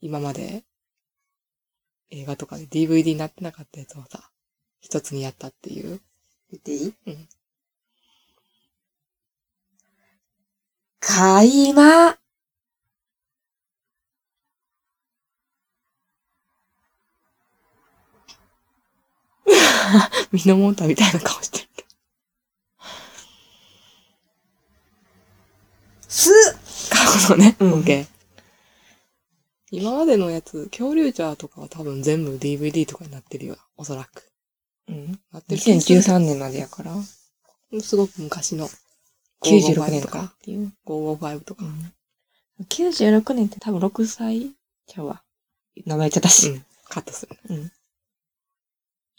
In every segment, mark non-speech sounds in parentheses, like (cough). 今まで映画とかで DVD になってなかったやつをさ、一つにやったっていう。言っていいうん。か (laughs) いま。ミノモンタみたいな顔してるけど。す過去のね。うんオッケー。今までのやつ、恐竜ジャーとかは多分全部 DVD とかになってるよ。おそらく。うん。なってる気がする2013年までやから、すごく昔の。 96年ととかかっ。ていう。 555とか。うん。96年って多分6歳ちゃうわ。名前言っちゃったし。カットする。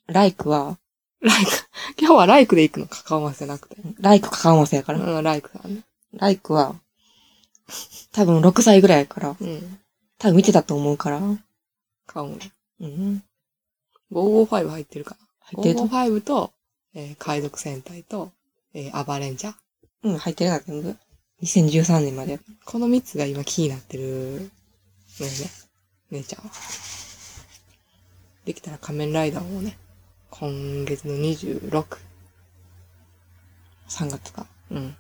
ライクは、ライク。 (laughs) 今日はライクで行くのか、顔合わせなくて。ライクかかんわせやから。うん、ライクだね。ライクは、多分6歳ぐらいやから、うん。多分見てたと思うから。顔もね。うん。 555入ってるか入ら。ってると。 555と、えー海賊戦隊と、えーアバレンジャー。うん、入ってるな、全部。2013年までやから。この3つが今キーになってるのよね。姉ちゃんは。できたら仮面ライダーをね、今月の26。 3月か。うん。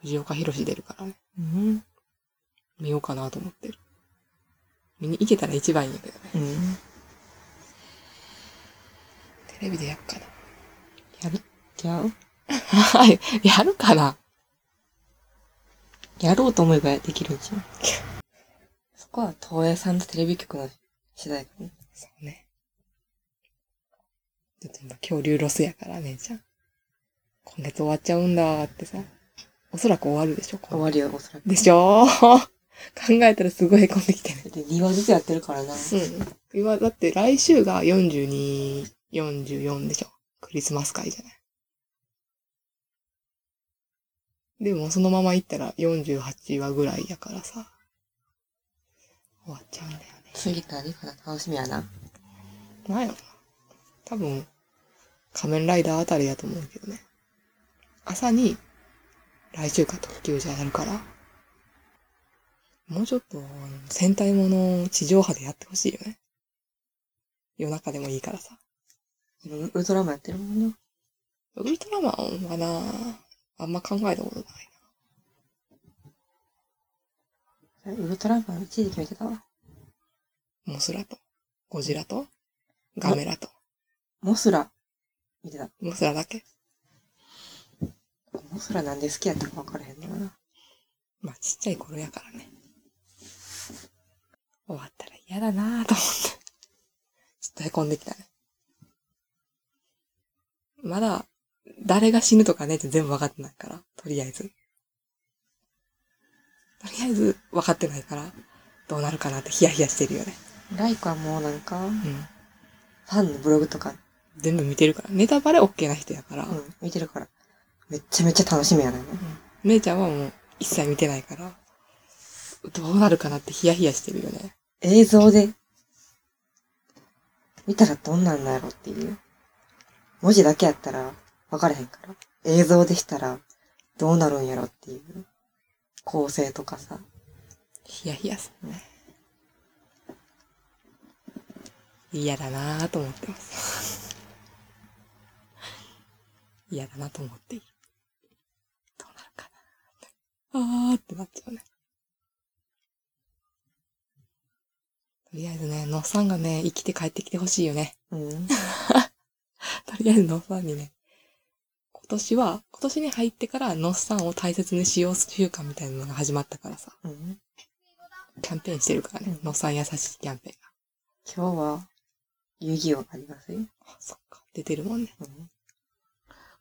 藤岡弘出るからね。うん。見ようかなと思ってる。見に行けたら一番いいんだけどね。うん。テレビでやる (laughs) かな。じゃあ、はい。やるかなやろうと思えばできるんじゃん。 (laughs) そこは東映さんとテレビ局の次第かな。そうね。ちょっと今恐竜ロスやから、姉ちゃん。今月終わっちゃうんだーってさ。おそらく終わるでしょ、終こわりよ、おそらく。でしょ (laughs) ー考えたらすごいへこんできてね。で、2話ずつやってるからな。うん。今、だって来週が42、44でしょ。クリスマス会じゃない。でもそのまま行ったら48話ぐらいやからさ。終わっちゃうんだよね。次何かな楽しみやな。なんやろな。多分、仮面ライダーあたりやと思うけどね。朝に、来週か特急じゃやるから、もうちょっと、あの戦隊ものを地上波でやってほしいよね。夜中でもいいからさ。今、ウルトラマンやってるもんな。ウルトラマンはなあんま考えたことないウルトラマン一時決めてたわ。な。モスラと、ゴジラと、ガメラと。モスラ。見てた。モスラだけモスラなんで好きやったか分からへんのな。まあ、ちっちゃい頃やからね。終わったら嫌だなぁと思って。ちょっとへこんできたね。まだ、誰が死ぬとかねって全部分かってないから、とりあえず。とりあえず分かってないから、どうなるかなってヒヤヒヤしてるよね。ライクはもうなんか、フうん。ァンのブログとか、全部見てるから。ネタバレ OK な人やから、うん、見てるから、めっちゃめっちゃ楽しみやね。姉ちゃんはもう一切見てないから、どうなるかなってヒヤヒヤしてるよね。映像で、見たらどんなんだろうっていう。文字だけやったら分からへんから。映像でしたらどうなるんやろっていう。構成とかさ。ヒヤヒヤするね。嫌だなぁと思ってます。嫌だなと思っている。どうなるかなぁってあーってなっちゃうね。とりあえずね、のっさんがね、生きて帰ってきてほしいよね。うん。とりあえずのっさんにね、今年は、今年に入ってからのっさんを大切にしよう習慣みたいなのが始まったからさ、うん、キャンペーンしてるからね、うんのっさん優しいキャンペーン。今日は、遊戯王ありますよ。あそっか。出てるもんね。うん。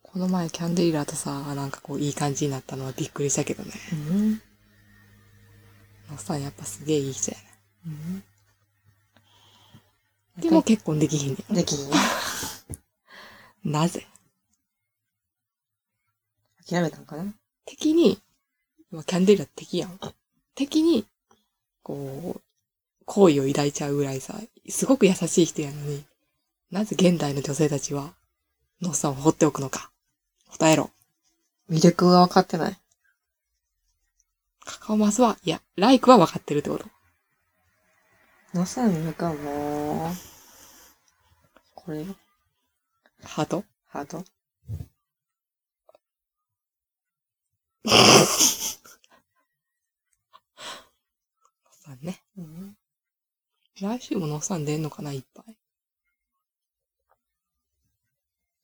この前キャンデリラーとさ、なんかこういい感じになったのはびっくりしたけどね。うん。おっさんやっぱすげえいい人やね。うん。でも、結婚できひんねできひん。ん。なぜ諦めたんかな敵に、まあキャンデリラ敵やん。敵に、こう、好意を抱いちゃうぐらいさ、すごく優しい人やのに、なぜ現代の女性たちは、のっさんを放っておくのか。答えろ。魅力が分かってない。カカオマスは、いや、ライクは分かってるってこと。のさみかも。これ、ハートハートさんね。うん。来週ものっさん出んのかないっぱい。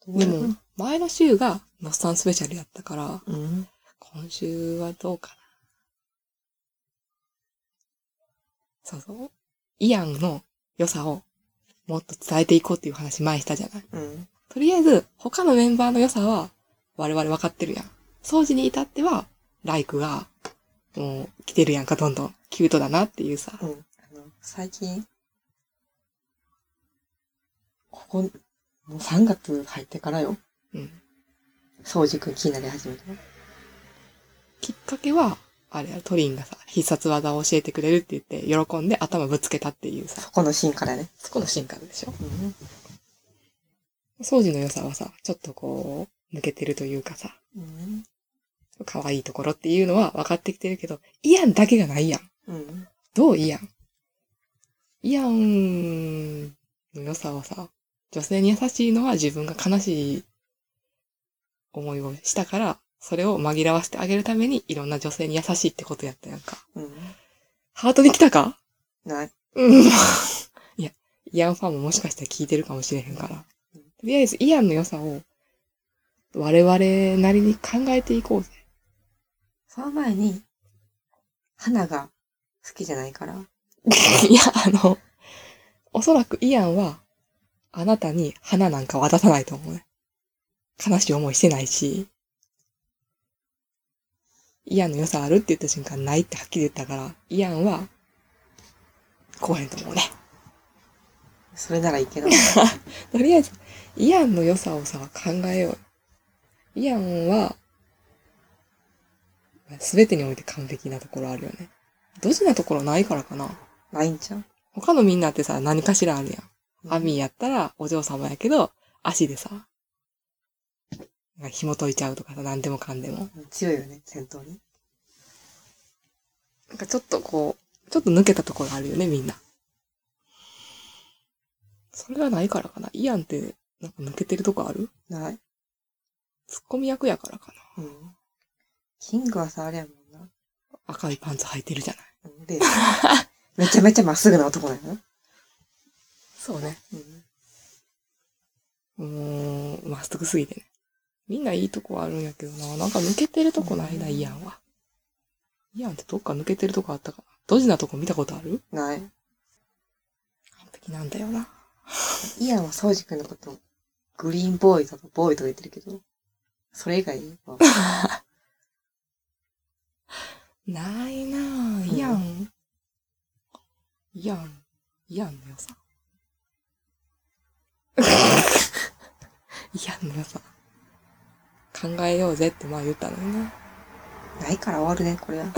ででも、、前の週がのっさんスペシャルやったから、うん。今週はどうかな。そうそう。イアンの良さをもっと伝えていこうっていう話前にしたじゃない。うん。とりあえず、他のメンバーの良さは、我々分かってるやん。掃除に至っては、ライクが、もう、来てるやんか、どんどん。キュートだなっていうさ。うん。あの、最近、ここ、もう3月入ってからよ。うん。掃除くん気になり始めた。きっかけは、あれや、トリンがさ、必殺技を教えてくれるって言って、喜んで頭ぶつけたっていうさ、そこのシーンからね。そこの進化でしょ。うん。掃除の良さはさ、ちょっとこう、抜けてるというかさ、うん。可愛いところっていうのは分かってきてるけど、イアンだけがないやん。うん。どうイアンイアンの良さはさ、女性に優しいのは自分が悲しい思いをしたから、それを紛らわしてあげるためにいろんな女性に優しいってことやったやんか。うん。ハートに来たかない。うん。 (laughs) いや、イアンファンももしかしたら聞いてるかもしれへんから。とりあえず、イアンの良さを、我々なりに考えていこうぜ。その前に、花が好きじゃないから。いや、あの、おそらくイアンは、あなたに花なんか渡さないと思うね。悲しい思いしてないし、イアンの良さあるって言った瞬間、ないってはっきり言ったから、イアンは、来へんと思うね。それならいい (laughs) けど。とりあえず、イアンの良さをさ、考えようよ。イアンは、すべてにおいて完璧なところあるよね。ドジなところないからかな。ないんちゃう他のみんなってさ、何かしらあるやん。アミーー。やったらお嬢様やけど、足でさ、なんか紐解いちゃうとかさ、何でもかんでも。うん強いよね、戦闘に。なんかちょっとこう、ちょっと抜けたところあるよね、みんな。それがないからかな。イアンって、なんか抜けてるとこあるない。ツッコミ役やからかな。うん。キングはさ、あれやもんな。赤いパンツ履いてるじゃない。う (laughs) んで、めちゃめちゃまっすぐな男なの。そうね。うん。もう、まっすぐすぎてね。みんないいとこはあるんやけどな。なんか抜けてるとこないな、うんイアンは。イアンってどっか抜けてるとこあったかな。ドジなとこ見たことあるない。完璧なんだよな。イアンはソウジ君のこと、グリーンボーイとかボーイとか言ってるけど、それ以外は、ないなぁ、うんイアン。イアン、イアンの良 (laughs) さ。イアンの良さ。考えようぜってまあ言ったのにな。ないから終わるね、これは。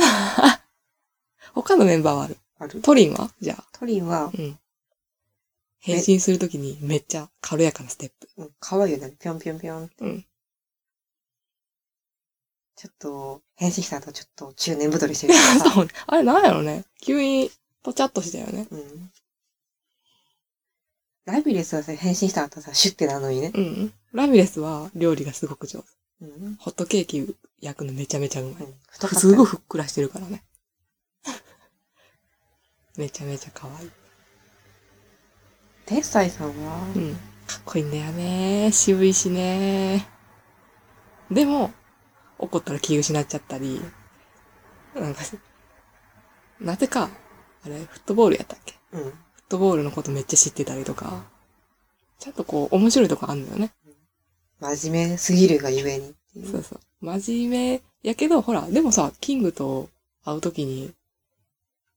他のメンバーはある。あるトリンはじゃあ。トリンは、うん。変身するときにめっちゃ軽やかなステップ。うん可愛いよね、ぴょんぴょんぴょん。うん。ちょっと、変身した後ちょっと中年太りしてるから (laughs) さ。 (laughs) そうね。あれなんやろね。急にポチャっとしたよね。うん。ラビレスはさ、変身した後さ、シュッてなのにね。うん。ラミレスは料理がすごく上手。うん。うん、ホットケーキ焼くのめちゃめちゃうまい。太かったすごいふっくらしてるからね。 (laughs) めちゃめちゃ可愛い。天才さんは、うん。かっこいいんだよね。渋いしね。でも、怒ったら気失っちゃったり、なんか、 (laughs) なぜか、あれ、フットボールやったっけうん。フットボールのことめっちゃ知ってたりとか、ちゃんとこう、面白いとこあるのよね。真面目すぎるがゆえにっていう。そうそう。真面目やけど、ほら、でもさ、キングと会うときに、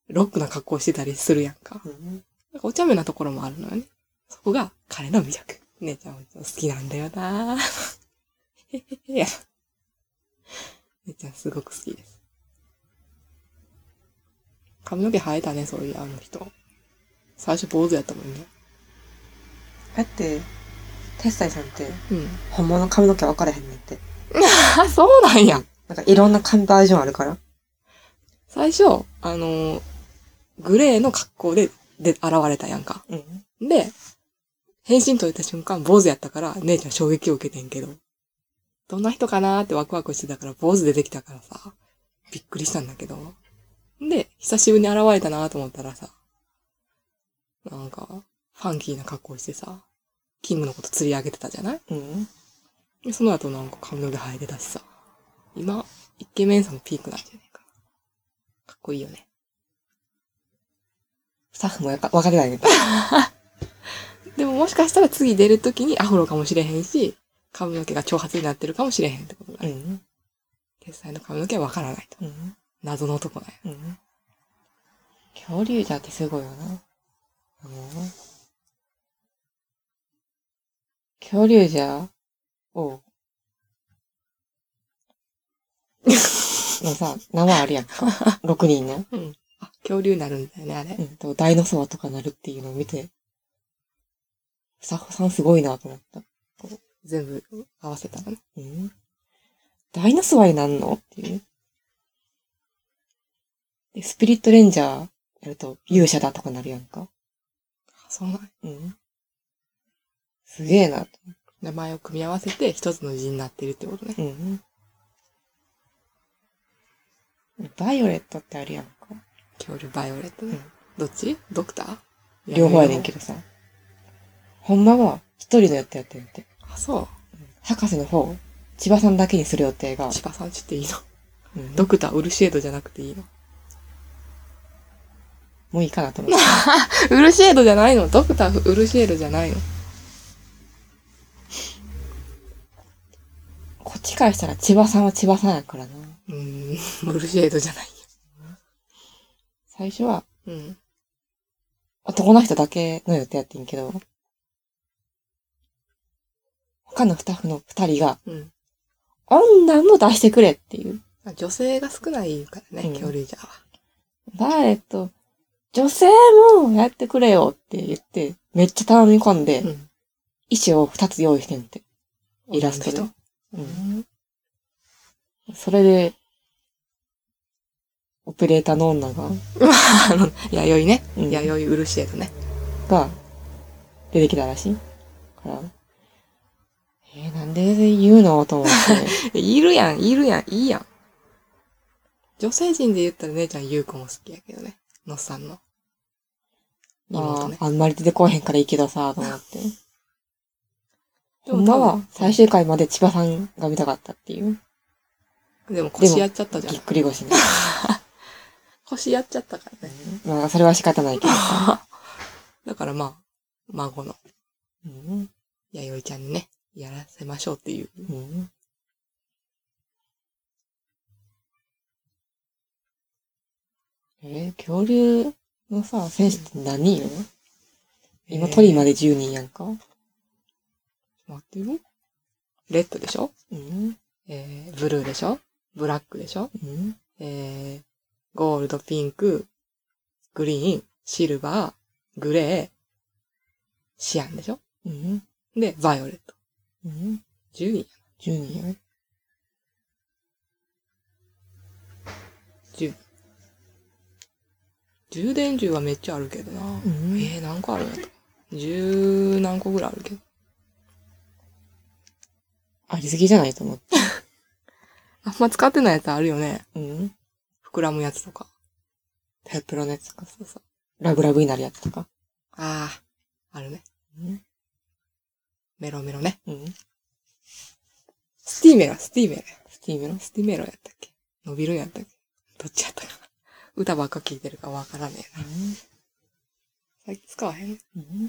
ロックな格好してたりするやんか。うん。なんかお茶目なところもあるのよね。そこが彼の魅力。姉ちゃんも好きなんだよなぁ。へへへや。姉ちゃんすごく好きです。髪の毛生えたね、そういうあの人。最初坊主やったもんね。だって、天才さんって、うん。本物の髪の毛分からへんねんって。 (laughs) あ、そうなんや。なんかいろんな髪バージョンあるから。最初、あのーグレーの格好で、で、現れたやんか。うん。で、返信取れた瞬間、坊主やったから、姉ちゃん衝撃を受けてんけど、どんな人かなーってワクワクしてたから、坊主出てきたからさ、びっくりしたんだけど。で、久しぶりに現れたなーと思ったらさ、なんか、ファンキーな格好してさ、キングのこと釣り上げてたじゃないうん。でその後なんか髪の毛生えてたしさ、今、イケメンさんのピークなんじゃねえか。かっこいいよね。スタッフもやかわかりないね。でももしかしたら次出るときにアフロかもしれへんし、髪の毛が長髪になってるかもしれへんってことだうね。ん。決済の髪の毛はわからないと。うん。謎の男だよ。うん。恐竜じゃってすごいよな。あの恐竜じゃ (laughs) を、のさ、名前あるやんか。6人ね。あ、恐竜になるんだよね、あれう。んと、ダイノソアとかなるっていうのを見て、スタッフさんすごいなと思った。全部合わせたらね。うんダイナソアになんのっていうね。で、スピリットレンジャーやると勇者だとかなるやんか。あそうなんやうん。すげえな。名前を組み合わせて一つの字になってるってことね。うん。バイオレットってあるやんか。恐竜バイオレットうねん。どっちドクター両方やねんけど。どさ。ほんまは一人の予定やってんって。あ、そ博士の方、千葉さんだけにする予定がう。。千葉さんちっていいの (laughs) うんドクターウルシェードじゃなくていいのもういいかなと思って。 (laughs) ウルシェードじゃないのドクターウルシェードじゃないのこっちからしたら千葉さんは千葉さんやからな。うーん、 (laughs) ウルシェードじゃない最初はよ。うん。男の人だけの予定やってんけど、他のスタッフの二人が、うん。女も出してくれっていう。あ女性が少ないからね、うん恐竜じゃは。バーレット、女性もやってくれよって言って、めっちゃ頼み込んで、うん。衣装を二つ用意してんって。イラストで女の人。ううんん。それで、オペレーターの女が、あの、弥生ね。うん弥生ウルシェードね。が出てきたらしいから、えーなんで言うのと思って。いるやん、いるやん、いいやん。女性陣で言ったら姉ちゃん優子も好きやけどね。のっさんの。 (laughs) 妹まねあ、あんまり出てこへんからいいけどさ、と思って。でほもんま多は分最終回まで千葉さんが見たかったっていう。でも腰やっちゃったじゃんぎっ。くり腰に。腰やっちゃった (laughs) からね。まあ、それは仕方ないけど。だからまあ、孫のうん。弥生ちゃんにね、やらせましょうっていう。うん。えー恐竜のさ、選手って何人いるの今、トリまで10人やんか。待ってよ。レッドでしょうん。えー、ブルーでしょブラックでしょうん。えー、ゴールド、ピンク、グリーン、シルバー、グレー、シアンでしょうん。で、バイオレット。うん。 10人や10人やね。充電銃はめっちゃあるけどな。うんえー、何個あるんやと。十何個ぐらいあるけど。ありすぎじゃないと思って。あんま使ってないやつあるよね。うん。膨らむやつとか。ペプロのやつとか、そうそう。ラブラブになるやつとか。ああ、あるね。うん。メロメロね。うん。スティーメロ、スティーメロや。スティーブのスティーメロやったっけ伸びるんやったっけどっちやったかな。歌ばっか聞いてるからわからねえな。最近使わへんうん。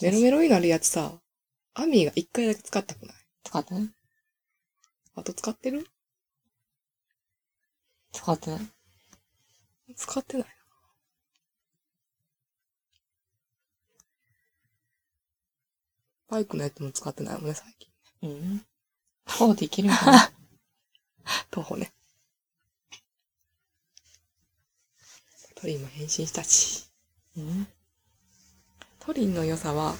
メロメロになるやつさ、アミーが一回だけ使ったくない使ってないあと使ってる使ってない。使ってない。バイクのやつも使ってないもんね、最近。うん。こうできるか (laughs) な徒歩ね。トリンも変身したし。うん。トリンの良さは、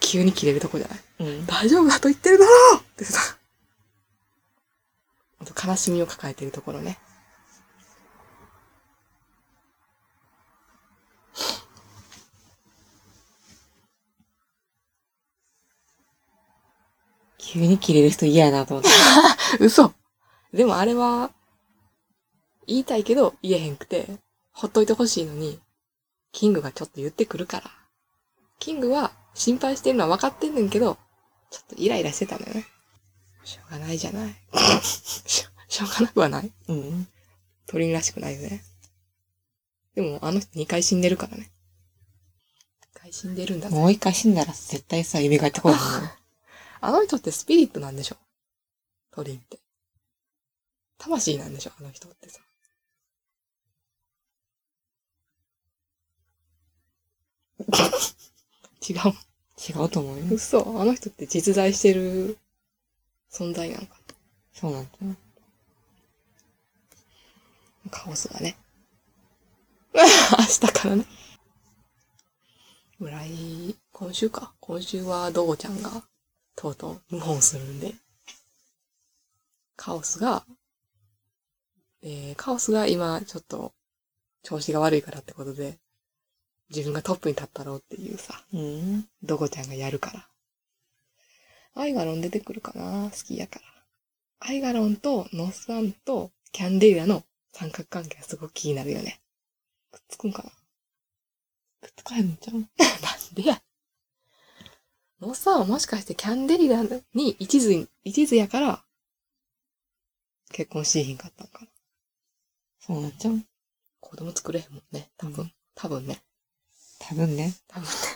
急に切れるとこじゃないうん。大丈夫だと言ってるだろうってさ。あと悲しみを抱えてるところね。急に切れる人嫌やなと思って。嘘でもあれは、言いたいけど言えへんくて、ほっといてほしいのに、キングがちょっと言ってくるから。キングは心配してるのは分かってんねんけど、ちょっとイライラしてたのよね。しょうがないじゃない。 (laughs) しょしょうがなくはない。 (laughs) うん。鳥らしくないよね。でもあの人2回死んでるからね。2回死んでるんだぜ。もう一回死んだら絶対さ、指がってこないの。 (laughs) あの人ってスピリットなんでしょ鳥って。魂なんでしょあの人ってさ。 (laughs) 違う。違うと思うよ。嘘。あの人って実在してる存在なのか。そうなんだよ。カオスだね。 (laughs) 明日からね。ぐらい、今週か。今週は、ドゴちゃんが、とうとう、謀反するんで。カオスが、えー、カオスが今、ちょっと、調子が悪いからってことで、自分がトップに立ったろうっていうさ、うん。ドゴちゃんがやるから。アイガロン出てくるかな好きやから。アイガロンとノスワンとキャンデリラの三角関係がすごく気になるよね。くっつくんかなくっつかへんのちゃう (laughs) なんでや。ノスワンはもしかしてキャンデリラに一途に、一途やから、結婚しひんかったんかな。そうなっちゃう子供作れへんもんね。多分。多分ね。多分ね。多分ね。